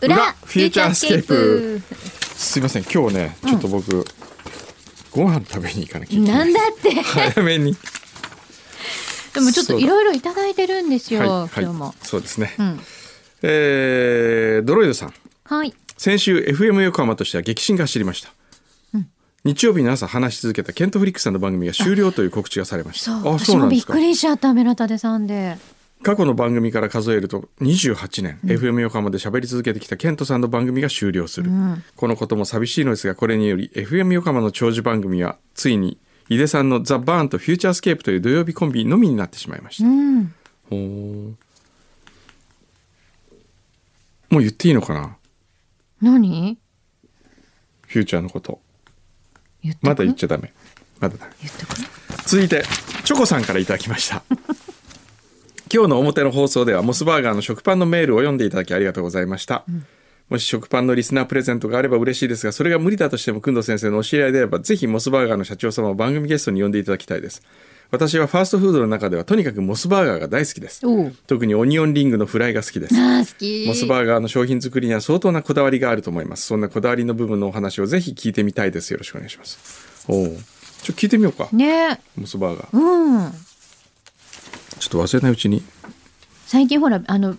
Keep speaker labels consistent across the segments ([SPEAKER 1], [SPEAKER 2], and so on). [SPEAKER 1] フューチャースケープすいません今日ねちょっと僕、ご飯食べに行かなきゃいけな
[SPEAKER 2] ないんだ って。
[SPEAKER 1] 早めに
[SPEAKER 2] でもちょっといろいろいただいてるんですよ、
[SPEAKER 1] はい
[SPEAKER 2] 今日も。
[SPEAKER 1] そうですね、
[SPEAKER 2] うん。
[SPEAKER 1] えードロイドさん
[SPEAKER 2] はい。
[SPEAKER 1] 先週 FM 横浜としては激震が走りました、日曜日の朝話し続けたケント・フリックさんの番組が終了という告知がされました
[SPEAKER 2] そう。
[SPEAKER 1] あ
[SPEAKER 2] 私
[SPEAKER 1] そうな
[SPEAKER 2] も
[SPEAKER 1] んで
[SPEAKER 2] びっ
[SPEAKER 1] すか
[SPEAKER 2] くりしちゃった、メラタデさんで。
[SPEAKER 1] 過去の番組から数えると28年、FM 横浜で喋り続けてきたケントさんの番組が終了する、このことも寂しいのですがこれにより FM 横浜の長寿番組はついに井出さんの「ザ・バーンと「フューチャースケープ」という土曜日コンビのみになってしまいました、
[SPEAKER 2] うん。
[SPEAKER 1] ほーもう言っていいのかな
[SPEAKER 2] 何
[SPEAKER 1] フューチャーのこと
[SPEAKER 2] 言ってく
[SPEAKER 1] まだ言っちゃダメまだダメ
[SPEAKER 2] 言ってく
[SPEAKER 1] 続いてチョコさんからいただきました 今日の表の放送ではモスバーガーの食パンのメールを読んでいただきありがとうございました、もし食パンのリスナープレゼントがあれば嬉しいですがそれが無理だとしても工藤先生のお知り合いであればぜひモスバーガーの社長様を番組ゲストに呼んでいただきたいです私はファーストフードの中ではとにかくモスバーガーが大好きです
[SPEAKER 2] おう
[SPEAKER 1] 特にオニオンリングのフライが好きです
[SPEAKER 2] ああ、好き。
[SPEAKER 1] モスバーガーの商品作りには相当なこだわりがあると思います。そんなこだわりの部分のお話をぜひ聞いてみたいです。よろしくお願いします。おお、ちょ聞いてみようか。
[SPEAKER 2] ね
[SPEAKER 1] モスバーガー。
[SPEAKER 2] うん。
[SPEAKER 1] ちょっと忘れないうちに。
[SPEAKER 2] 最近ほら、あの、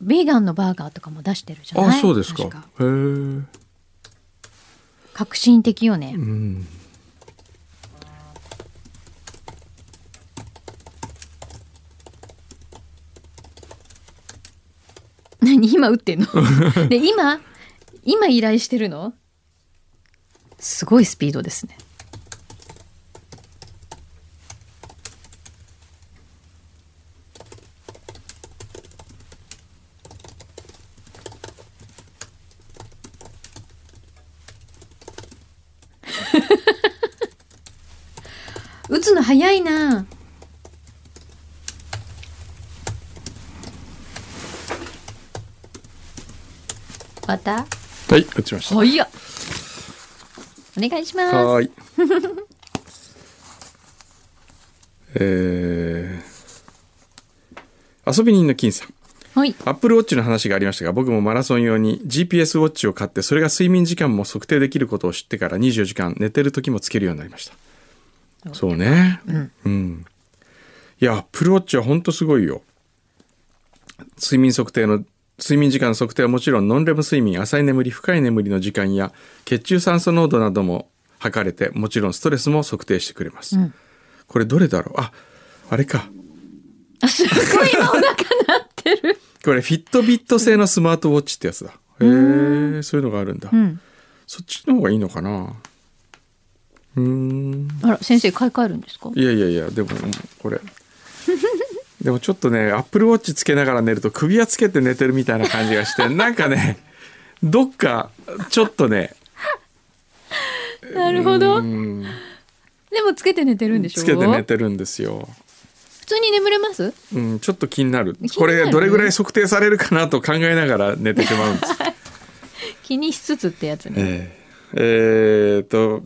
[SPEAKER 2] ビーガンのバーガーとかも出してるじゃ
[SPEAKER 1] あ、
[SPEAKER 2] ない
[SPEAKER 1] そうですか。へ
[SPEAKER 2] 確
[SPEAKER 1] え。うん。
[SPEAKER 2] 革新的よね。何今打ってん ので今今依頼してるのすごいスピードですね打つの早いなまた
[SPEAKER 1] はい、打ちました。
[SPEAKER 2] 早っお願いします
[SPEAKER 1] はーい。えー、遊び人の金さん。
[SPEAKER 2] はい
[SPEAKER 1] アップルウォッチの話がありましたが、僕もマラソン用に GPS ウォッチを買って、それが睡眠時間も測定できることを知ってから24時間寝てる時もつけるようになりました。そうね。うん。いや、アップルウォッチは本当すごいよ。睡眠測定の、睡眠時間の測定はもちろん、ノンレム睡眠、浅い眠り、深い眠りの時間や、血中酸素濃度なども測れて、もちろんストレスも測定してくれます。
[SPEAKER 2] うん
[SPEAKER 1] これどれだろうあ、あれか。
[SPEAKER 2] あすごい今お腹鳴ってる
[SPEAKER 1] これフィットビット製のスマートウォッチってやつだ。へえ、そういうのがあるんだ。
[SPEAKER 2] うん
[SPEAKER 1] そっちの方がいいのかな。うーん。
[SPEAKER 2] あら先生買い替えるんですか
[SPEAKER 1] いやいやいや、でもうんこれ。 でもちょっとね、アップルウォッチつけながら寝ると首輪つけて寝てるみたいな感じ がして、なんかね、どっかちょっとね、
[SPEAKER 2] なるほ
[SPEAKER 1] う
[SPEAKER 2] ど
[SPEAKER 1] ん
[SPEAKER 2] でもつけて寝てるんでしょ
[SPEAKER 1] つけて寝てるんですよ。
[SPEAKER 2] 普通に眠れます
[SPEAKER 1] うん、ちょっと気になる。
[SPEAKER 2] になる
[SPEAKER 1] これがどれぐらい測定されるかなと考えながら寝てしまう んです。
[SPEAKER 2] 気にしつつってやつね、
[SPEAKER 1] えーえーと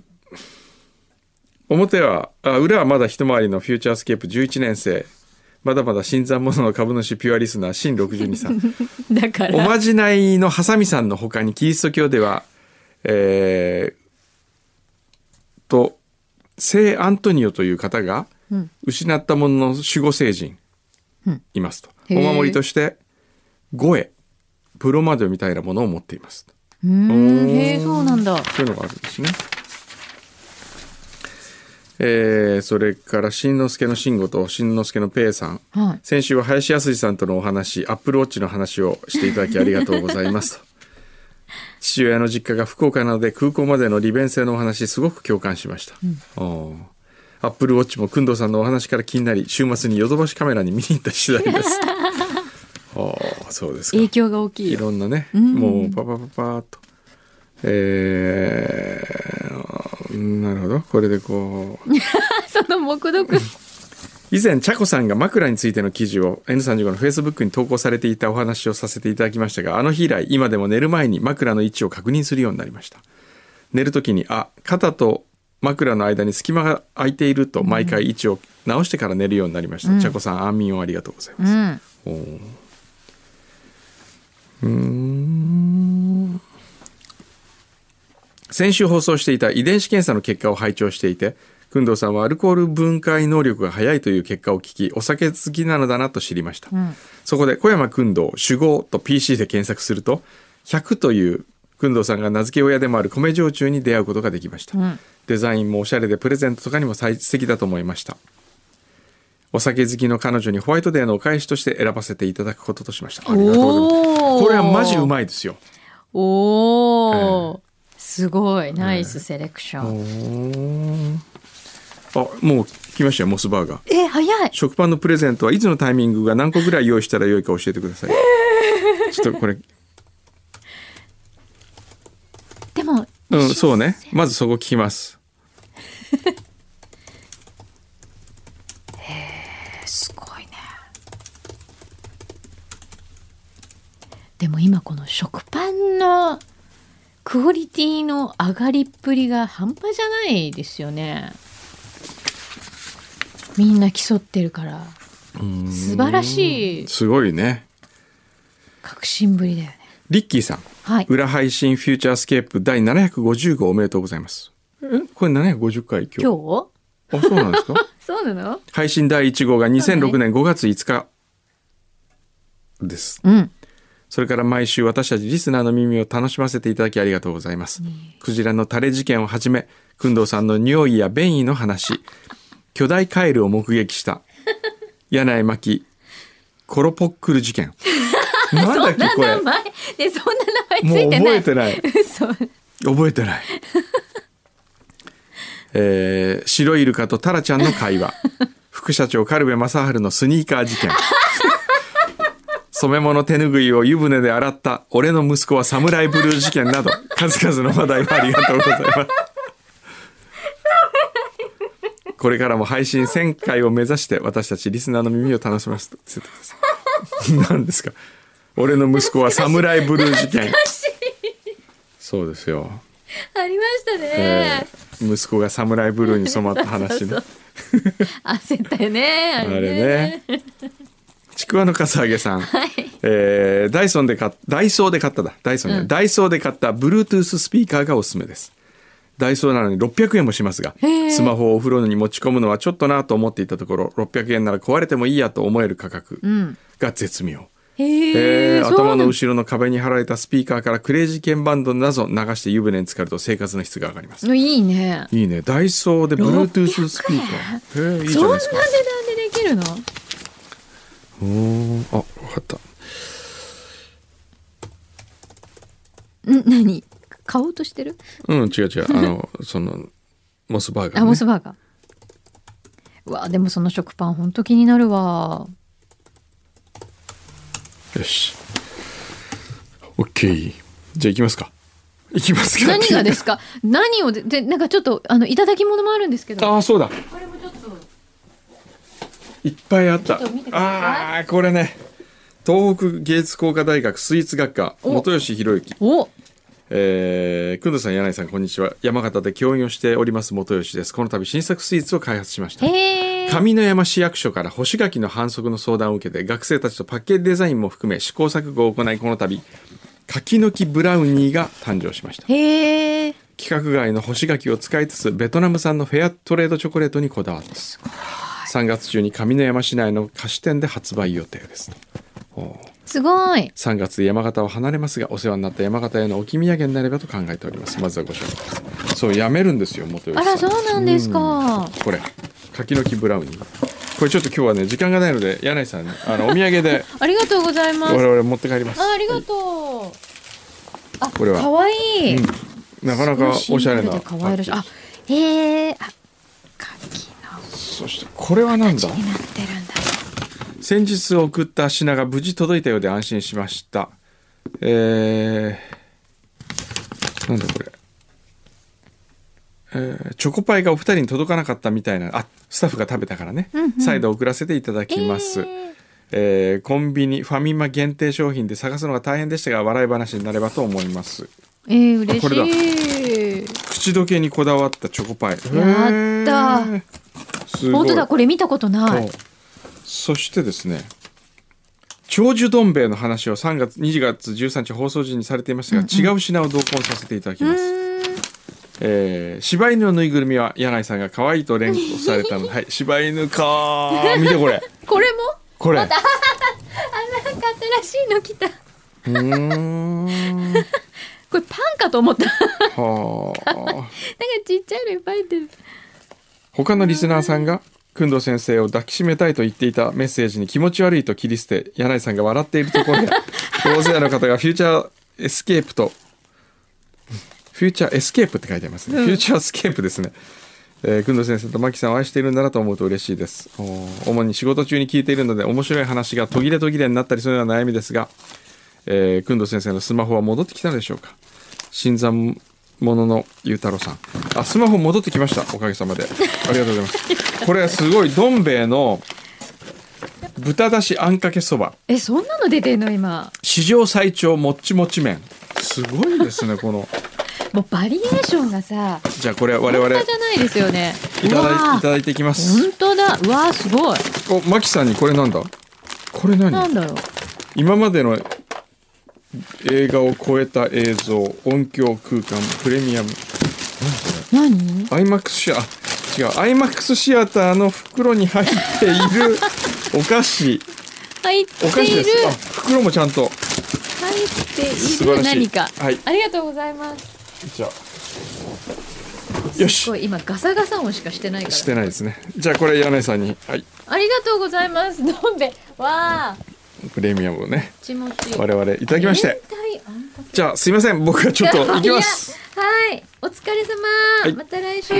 [SPEAKER 1] 表はあ裏はまだ一回りのフューチャースケープ11年生まだまだ新参者の株主ピュアリスナー新62さん
[SPEAKER 2] だか
[SPEAKER 1] お
[SPEAKER 2] ら
[SPEAKER 1] まじないのハサミさんの他にキリスト教ではえーと聖アントニオという方が
[SPEAKER 2] うん
[SPEAKER 1] 失ったものの守護聖人
[SPEAKER 2] うん
[SPEAKER 1] いますと、
[SPEAKER 2] へー
[SPEAKER 1] お守りとして護衛プロマドみたいなものを持っていますと
[SPEAKER 2] うーんへえそうなんだ
[SPEAKER 1] そういうのがあるんですね。えーそれから、しんのすけのしんごと、しんのすけのぺいさん。
[SPEAKER 2] はい
[SPEAKER 1] 先週は林康さんとのお話、アップルウォッチの話をしていただきありがとうございます。 父親の実家が福岡なので空港までの利便性のお話、すごく共感しました。おーアップルウォッチも工藤さんのお話から気になり、週末にヨドバシカメラに見に行った次第 です。ああ、そうですか。
[SPEAKER 2] 影響が大きい
[SPEAKER 1] いろんなね、もうパパパパーっと。えー、なるほどこれでこう
[SPEAKER 2] その目読
[SPEAKER 1] 以前茶子さんが枕についての記事を N35 のフェイスブックに投稿されていたお話をさせていただきましたがあの日以来今でも寝る前に枕の位置を確認するようになりました寝る時にあ肩と枕の間に隙間が空いていると毎回位置を直してから寝るようになりました、茶子さん安眠をありが とうございます
[SPEAKER 2] うん
[SPEAKER 1] おーうーん先週放送していた遺伝子検査の結果を拝聴していて工藤さんはアルコール分解能力が早いという結果を聞きお酒好きなのだなと知りました、
[SPEAKER 2] うん
[SPEAKER 1] そこで小山君堂酒豪と PC で検索すると100という君堂さんが名付け親でもある米焼酎に出会うことができました、
[SPEAKER 2] うん
[SPEAKER 1] デザインもおしゃれでプレゼントとかにも最適だと思いましたお酒好きの彼女にホワイトデーのお返しとして選ばせていただくこととしましたありがとうございま
[SPEAKER 2] お
[SPEAKER 1] す
[SPEAKER 2] ー
[SPEAKER 1] これはマジうまいですよ
[SPEAKER 2] おお、すごいナイスセレクション、
[SPEAKER 1] あもう来ましたよモスバーガー
[SPEAKER 2] え早い
[SPEAKER 1] 食パンのプレゼントはいつのタイミングが何個ぐらい用意したらよいか教えてください。ちょっとこれ、
[SPEAKER 2] でも
[SPEAKER 1] うん、そうね。まずそこ聞きます。
[SPEAKER 2] すごいねでも今この食パンのクオリティの上がりっぷりが半端じゃないですよねみんな競ってるから素晴らしい
[SPEAKER 1] すごいね。
[SPEAKER 2] 革新ぶりだよね
[SPEAKER 1] リッキーさん、
[SPEAKER 2] はい
[SPEAKER 1] 裏配信フューチャースケープ第750号おめでとうございます。えこれ750回今
[SPEAKER 2] 今
[SPEAKER 1] 日。
[SPEAKER 2] 日
[SPEAKER 1] あ、そうなんですか
[SPEAKER 2] そうなの
[SPEAKER 1] 配信第1号が2006年5月5日です。
[SPEAKER 2] うん
[SPEAKER 1] それから毎週私たちリスナーの耳を楽しませていただきありがとうございます。クジラのタレ事件をはじめ、工藤さんの尿意や便意の話、巨大カエルを目撃 した、柳井真紀、コロポックル 事件。なんだっけこれ
[SPEAKER 2] 名。前ねそんな名
[SPEAKER 1] も
[SPEAKER 2] 前ついうて
[SPEAKER 1] 覚
[SPEAKER 2] ない
[SPEAKER 1] えてない。
[SPEAKER 2] 嘘
[SPEAKER 1] 覚えて ない。えー、白イルカとタラちゃんの会 話。副社長軽部正治のスニーカー事件。染め物手ぬぐいを湯船で洗った俺の息子はサムライブルー事件など数々の話題をありがとうございます。これからも配信1000回を目指して私たちリスナーの耳を楽しませてくださ い。何ですか俺の息子はサムライブルー事件。 そうですよ。
[SPEAKER 2] ありましたね、
[SPEAKER 1] えー息子がサムライブルーに染まった話ね
[SPEAKER 2] そう焦ったよねあ
[SPEAKER 1] あ
[SPEAKER 2] れ
[SPEAKER 1] れ
[SPEAKER 2] ね
[SPEAKER 1] ねちくわのかさあげさん、えーダイソンで買っダイソーで買っただダイソンね、ダイソーで買った Bluetooth スピーカーがおすすめですダイソーなのに600円もしますが
[SPEAKER 2] へー
[SPEAKER 1] スマホをお風呂に持ち込むのはちょっとなと思っていたところ600円なら壊れてもいいやと思える価格
[SPEAKER 2] ん
[SPEAKER 1] が絶妙、
[SPEAKER 2] へ
[SPEAKER 1] え
[SPEAKER 2] え
[SPEAKER 1] ー
[SPEAKER 2] そうな
[SPEAKER 1] 頭
[SPEAKER 2] ん
[SPEAKER 1] の後ろの壁に貼られたスピーカーからクレイジーケンバンドなど流して湯船に浸かると生活の質が上がります
[SPEAKER 2] いいね
[SPEAKER 1] いいね。ダイソーで Bluetooth スピーカー。へえ、いいじ
[SPEAKER 2] そ
[SPEAKER 1] ゃ
[SPEAKER 2] ん
[SPEAKER 1] ない
[SPEAKER 2] な
[SPEAKER 1] で
[SPEAKER 2] 値
[SPEAKER 1] すか。
[SPEAKER 2] 段でできるの
[SPEAKER 1] うーんあ、わかった。
[SPEAKER 2] ん何買おうとしてる
[SPEAKER 1] うん、違う違う。あの、その、モスバーガー、
[SPEAKER 2] あ
[SPEAKER 1] ね。
[SPEAKER 2] モスバーガーうわでもその食パンほんと気になるわ
[SPEAKER 1] よし。オッケー。じゃあ行きますか。行きますか。
[SPEAKER 2] 何がです か何をででなんかちょっとあのいただき物もあるんですけど
[SPEAKER 1] ああ、そうだ。
[SPEAKER 2] これもちょっと
[SPEAKER 1] いっぱいあった
[SPEAKER 2] ちょっと見て。くださ
[SPEAKER 1] ああー、これね。東北芸術工科大学スイーツ学科
[SPEAKER 2] お
[SPEAKER 1] 本吉博之、
[SPEAKER 2] お
[SPEAKER 1] えー、くんどさん柳井さんこんにちは山形で教員をしております本吉ですこの度新作スイーツを開発しました
[SPEAKER 2] へえ
[SPEAKER 1] 上野山市役所から干し柿の反則の相談を受けて学生たちとパッケージデザインも含め試行錯誤を行いこの度柿の木ブラウニーが誕生しました
[SPEAKER 2] へえ
[SPEAKER 1] 規格外の干し柿を使いつつベトナム産のフェアトレードチョコレートにこだわった
[SPEAKER 2] すごい
[SPEAKER 1] 3月中に上野山市内の菓子店で発売予定ですおう
[SPEAKER 2] すごい
[SPEAKER 1] 3月で山形を離れますがお世話になった山形への置き土産になればと考えておりますまずはご紹介ですそうやめるんですよ元吉さ
[SPEAKER 2] あらそうなんですか
[SPEAKER 1] これ柿の木ブラウニーこれちょっと今日はね時間がないので柳井さんにあのお土産で
[SPEAKER 2] ありがとうございます
[SPEAKER 1] 我々持って帰ります
[SPEAKER 2] あありがとうあ
[SPEAKER 1] これは
[SPEAKER 2] かわいい、
[SPEAKER 1] なかなかおしゃれな
[SPEAKER 2] かわいらしいあへえあ柿の
[SPEAKER 1] そしてこれはなんだ
[SPEAKER 2] になってるんだ
[SPEAKER 1] 先日送った品が無事届いたようで安心しましたえー、なんだこれえーチョコパイがお二人に届かなかったみたいなあスタッフが食べたからね、
[SPEAKER 2] うんうん
[SPEAKER 1] 再度送らせていただきます、
[SPEAKER 2] え
[SPEAKER 1] えーコンビニファミマ限定商品で探すのが大変でしたが笑い話になればと思います
[SPEAKER 2] ー、えー嬉
[SPEAKER 1] これだ
[SPEAKER 2] しい
[SPEAKER 1] 口どけにこだわったチョコパイやった
[SPEAKER 2] ー
[SPEAKER 1] すごい
[SPEAKER 2] 本当だこれ見たことない
[SPEAKER 1] そうそしてですね長寿どん兵衛の話を3月2月13日放送時にされていましたが、違う品を同梱させていただき
[SPEAKER 2] う
[SPEAKER 1] ます
[SPEAKER 2] ーん
[SPEAKER 1] えー柴犬のぬいぐるみは柳井さんが可愛いと連呼されたの で、はい、柴犬かー見てこれ
[SPEAKER 2] これも
[SPEAKER 1] これ
[SPEAKER 2] あなんか新しいの来たこ
[SPEAKER 1] うーん
[SPEAKER 2] れパンかと思った なんか
[SPEAKER 1] はあ
[SPEAKER 2] ちっちゃいのいっぱい入ってる
[SPEAKER 1] 他のリスナーさんが工藤先生を抱きしめたいと言っていたメッセージに気持ち悪いと切り捨て柳井さんが笑っているところで大勢の方がフューチャーエスケープとフューチャーエスケープって書いてありますね、フューチャーエスケープですねえー、工藤先生とマキさんを愛しているんだなと思うと嬉しいですおー主に仕事中に聞いているので面白い話が途切れ途切れになったりするような悩みですが、えー、工藤先生のスマホは戻ってきたのでしょうか新参者のゆうたろうさんあスマホ戻ってきましたおかげさまでありがとうござ いますこれすごいどん兵衛の豚だしあんかけそば
[SPEAKER 2] えそんなの出てんの今
[SPEAKER 1] 史上最長もっちもち麺すごいですねこの
[SPEAKER 2] もうバリエーションがさ
[SPEAKER 1] じゃあこれ我々
[SPEAKER 2] 半端じゃないですよね
[SPEAKER 1] いただいいた
[SPEAKER 2] うわ
[SPEAKER 1] だいていきます
[SPEAKER 2] 本当だうわーすごい
[SPEAKER 1] お、マキさんにこれなんだこれ
[SPEAKER 2] な
[SPEAKER 1] 何
[SPEAKER 2] んだろう
[SPEAKER 1] 今までの映画を超えた映像、音響空間、プレミアム。
[SPEAKER 2] 何
[SPEAKER 1] アイマックスシア、違う、アイマックスシアターの袋に入ってい るお菓子。
[SPEAKER 2] 入っ
[SPEAKER 1] お菓
[SPEAKER 2] て
[SPEAKER 1] 子
[SPEAKER 2] い
[SPEAKER 1] で
[SPEAKER 2] る
[SPEAKER 1] す。あ、袋もちゃんと。
[SPEAKER 2] 入って
[SPEAKER 1] 素
[SPEAKER 2] い
[SPEAKER 1] 晴
[SPEAKER 2] る
[SPEAKER 1] らしい
[SPEAKER 2] 何か、
[SPEAKER 1] はい
[SPEAKER 2] ありがとうございます
[SPEAKER 1] じゃあ。
[SPEAKER 2] す
[SPEAKER 1] よし
[SPEAKER 2] ご。い今ガサガサ音しかしてないから
[SPEAKER 1] してないですね。じゃあこれ柳井さんに、はい。
[SPEAKER 2] ありがとうございますどんべわあ
[SPEAKER 1] プレミアムをね、
[SPEAKER 2] ちもち
[SPEAKER 1] 我々いただきまして。
[SPEAKER 2] 明太あんかけ
[SPEAKER 1] じゃあすいません。僕はちょっと行きます。
[SPEAKER 2] いやはいお疲れ様、
[SPEAKER 1] はい
[SPEAKER 2] また来週